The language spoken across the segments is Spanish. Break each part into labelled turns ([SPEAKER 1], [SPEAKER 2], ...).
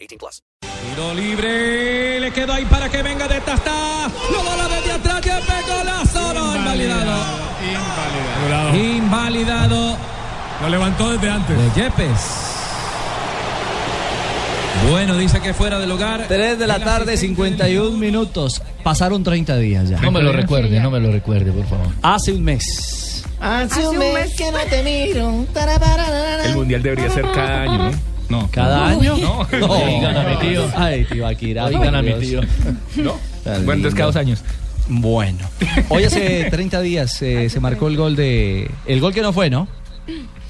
[SPEAKER 1] 18 plus.
[SPEAKER 2] Tiro libre, le quedó ahí para que venga de Tasta. Lo bola desde atrás, que pegó la zona. Invalidado.
[SPEAKER 3] Invalidado.
[SPEAKER 2] Invalidado.
[SPEAKER 3] Lo levantó desde antes.
[SPEAKER 2] De Yepes. Bueno, dice que fuera del hogar.
[SPEAKER 4] 3 de la tarde, 51 minutos. Pasaron 30 días ya.
[SPEAKER 5] No me lo recuerde, no me lo recuerde, por favor.
[SPEAKER 4] Hace un mes.
[SPEAKER 6] Hace un mes que no te miro.
[SPEAKER 7] El mundial debería ser cada año, ¿no?
[SPEAKER 4] No. ¿Cada año?
[SPEAKER 7] No.
[SPEAKER 4] No.
[SPEAKER 5] Oigan a mi tío.
[SPEAKER 4] Oh. Ay, tío Akira.
[SPEAKER 5] Oigan a mi
[SPEAKER 4] Dios.
[SPEAKER 5] tío.
[SPEAKER 7] ¿No? Bueno, entonces cada dos años.
[SPEAKER 4] Bueno. Hoy hace 30 días eh, se marcó el gol de. El gol que no fue, ¿no?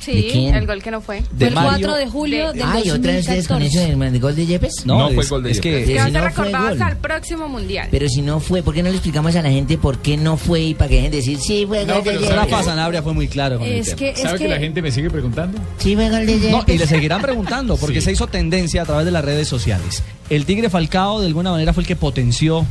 [SPEAKER 8] Sí, el gol que no fue.
[SPEAKER 4] De
[SPEAKER 9] el
[SPEAKER 4] Mario.
[SPEAKER 9] 4 de julio del
[SPEAKER 6] Ay, otra vez con eso
[SPEAKER 9] 2014.
[SPEAKER 6] del gol de Yepes.
[SPEAKER 7] No fue el gol de
[SPEAKER 4] Es
[SPEAKER 7] Yepes.
[SPEAKER 4] que.
[SPEAKER 8] Que va a
[SPEAKER 6] si
[SPEAKER 8] ser
[SPEAKER 6] no fue
[SPEAKER 8] recordado
[SPEAKER 6] gol.
[SPEAKER 8] hasta el próximo mundial.
[SPEAKER 6] Pero si no fue, ¿por qué no le explicamos a la gente por qué no fue y para que dejen de decir sí fue gol de Yepes?
[SPEAKER 4] Rafa Sanabria fue muy claro con el
[SPEAKER 9] Es
[SPEAKER 4] tema.
[SPEAKER 9] que, es
[SPEAKER 5] ¿Sabe que la
[SPEAKER 9] que
[SPEAKER 5] gente me sigue preguntando?
[SPEAKER 6] Sí fue gol de
[SPEAKER 4] No,
[SPEAKER 6] Yepes.
[SPEAKER 4] y le seguirán preguntando porque
[SPEAKER 5] Sí.
[SPEAKER 4] se hizo tendencia a través de las redes sociales. El Tigre Falcao de alguna manera fue el que potenció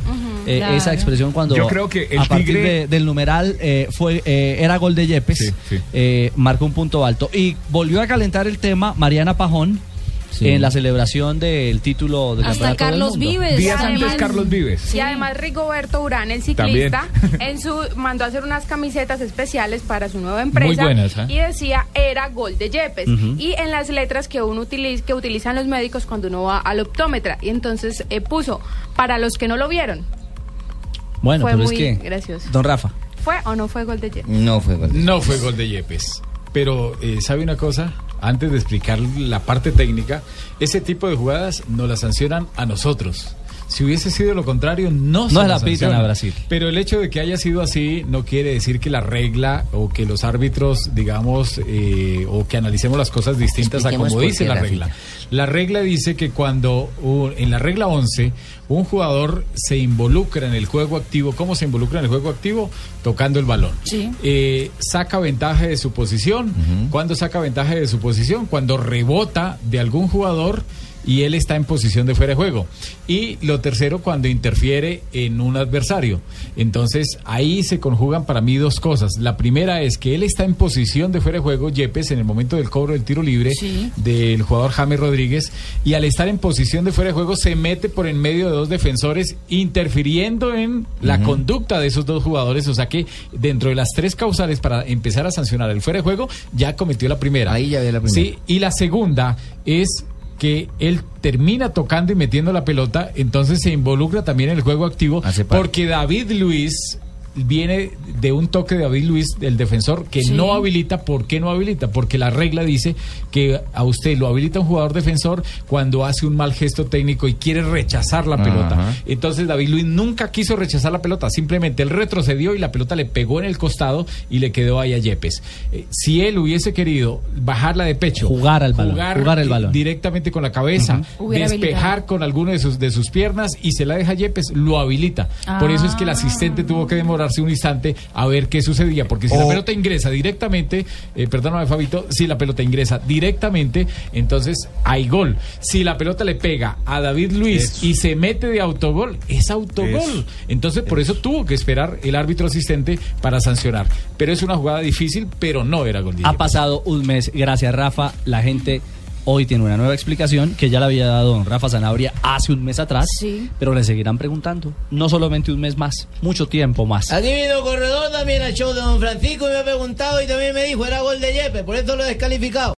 [SPEAKER 4] eh,
[SPEAKER 9] Claro.
[SPEAKER 4] esa expresión cuando
[SPEAKER 7] Yo creo que el
[SPEAKER 4] a partir
[SPEAKER 7] Tigre-
[SPEAKER 4] de- del numeral eh, fue eh, era gol de Yepes,
[SPEAKER 7] Sí, sí.
[SPEAKER 4] eh, marcó un punto alto y volvió a calentar el tema Mariana Pajón en la celebración del título del
[SPEAKER 9] hasta
[SPEAKER 4] campeonato del
[SPEAKER 9] Carlos
[SPEAKER 4] mundo.
[SPEAKER 9] Vives.
[SPEAKER 7] Días
[SPEAKER 8] además-
[SPEAKER 7] antes Carlos Vives.
[SPEAKER 8] Y además Rigoberto Urán, el
[SPEAKER 7] También.
[SPEAKER 8] ciclista, en su mandó a hacer unas camisetas especiales para su nueva empresa
[SPEAKER 5] buenas, ¿eh?
[SPEAKER 8] y decía era gol de Yepes y en las letras que uno utiliza, que utilizan los médicos cuando uno va al optómetra y entonces eh, puso para los que no lo vieron,
[SPEAKER 4] Bueno,
[SPEAKER 8] Fue
[SPEAKER 4] pero
[SPEAKER 8] muy
[SPEAKER 4] es que
[SPEAKER 8] gracioso.
[SPEAKER 4] Don Rafa,
[SPEAKER 8] fue o no fue gol de Yepes.
[SPEAKER 6] No fue gol de Yepes.
[SPEAKER 5] No fue gol de Yepes. Pero, eh, ¿sabe una cosa? Antes de explicar la parte técnica, ese tipo de jugadas no las sancionan a nosotros. Si hubiese sido lo contrario, no, se
[SPEAKER 4] No
[SPEAKER 5] nos
[SPEAKER 4] la pitan
[SPEAKER 5] sanciona.
[SPEAKER 4] a Brasil.
[SPEAKER 5] Pero el hecho de que haya sido así no quiere decir que la regla o que los árbitros, digamos, eh, o que analicemos las cosas distintas a
[SPEAKER 6] Expliquemos
[SPEAKER 5] como
[SPEAKER 6] por
[SPEAKER 5] dice
[SPEAKER 6] qué,
[SPEAKER 5] la
[SPEAKER 6] Rafita.
[SPEAKER 5] regla. La regla dice que cuando un- en la regla 11 un jugador se involucra en el juego activo, ¿cómo se involucra en el juego activo? Tocando el balón. Eh, saca ventaja de su posición. ¿Cuándo saca ventaja de su posición? Cuando rebota de algún jugador y él está en posición de fuera de juego. Y lo tercero, cuando interfiere en un adversario. Entonces, ahí se conjugan para mí dos cosas. La primera es que él está en posición de fuera de juego, Yepes, en el momento del cobro del tiro libre del jugador James Rodríguez, y al estar en posición de fuera de juego se mete por en medio de dos defensores, interfiriendo en la conducta de esos dos jugadores. O sea que dentro de las tres causales para empezar a sancionar el fuera de juego, ya cometió la primera.
[SPEAKER 6] Ahí ya había la primera.
[SPEAKER 5] Sí, y la segunda es que él termina tocando y metiendo la pelota, entonces se involucra también en el juego activo,
[SPEAKER 6] Hace parte.
[SPEAKER 5] porque David Luis viene de un toque de David Luis, del defensor, que no habilita. ¿Por qué no habilita? Porque la regla dice que a usted lo habilita un jugador defensor cuando hace un mal gesto técnico y quiere rechazar la pelota. Entonces David Luis nunca quiso rechazar la pelota, simplemente él retrocedió y la pelota le pegó en el costado y le quedó ahí a Yepes. Eh, si él hubiese querido bajarla de pecho,
[SPEAKER 4] Jugar al balón, jugar el
[SPEAKER 5] eh,
[SPEAKER 4] balón.
[SPEAKER 5] directamente con la cabeza,
[SPEAKER 9] Hubiera
[SPEAKER 5] despejar
[SPEAKER 9] habilitado.
[SPEAKER 5] con alguno de sus, de sus piernas y se la deja Yepes, lo habilita. Por eso es
[SPEAKER 9] Ah.
[SPEAKER 5] que el asistente tuvo que demorarse un instante a ver qué sucedía, porque si la pelota ingresa directamente, eh, perdóname Fabito, si la pelota ingresa directamente, entonces hay gol. Si la pelota le pega a David Luis y se mete de autogol, es autogol.
[SPEAKER 7] Eso.
[SPEAKER 5] Entonces por eso tuvo que esperar el árbitro asistente para sancionar. Pero es una jugada difícil, pero no era gol. de
[SPEAKER 4] ha
[SPEAKER 5] Yepes.
[SPEAKER 4] pasado un mes. Gracias, Rafa. La gente hoy tiene una nueva explicación que ya la había dado don Rafa Zanabria hace un mes atrás.
[SPEAKER 9] Sí.
[SPEAKER 4] Pero le seguirán preguntando. No solamente un mes más, mucho tiempo más.
[SPEAKER 6] Aquí vino Corredor también al show de Don Francisco y me ha preguntado y también me dijo era gol de Yepes, por eso lo he descalificado.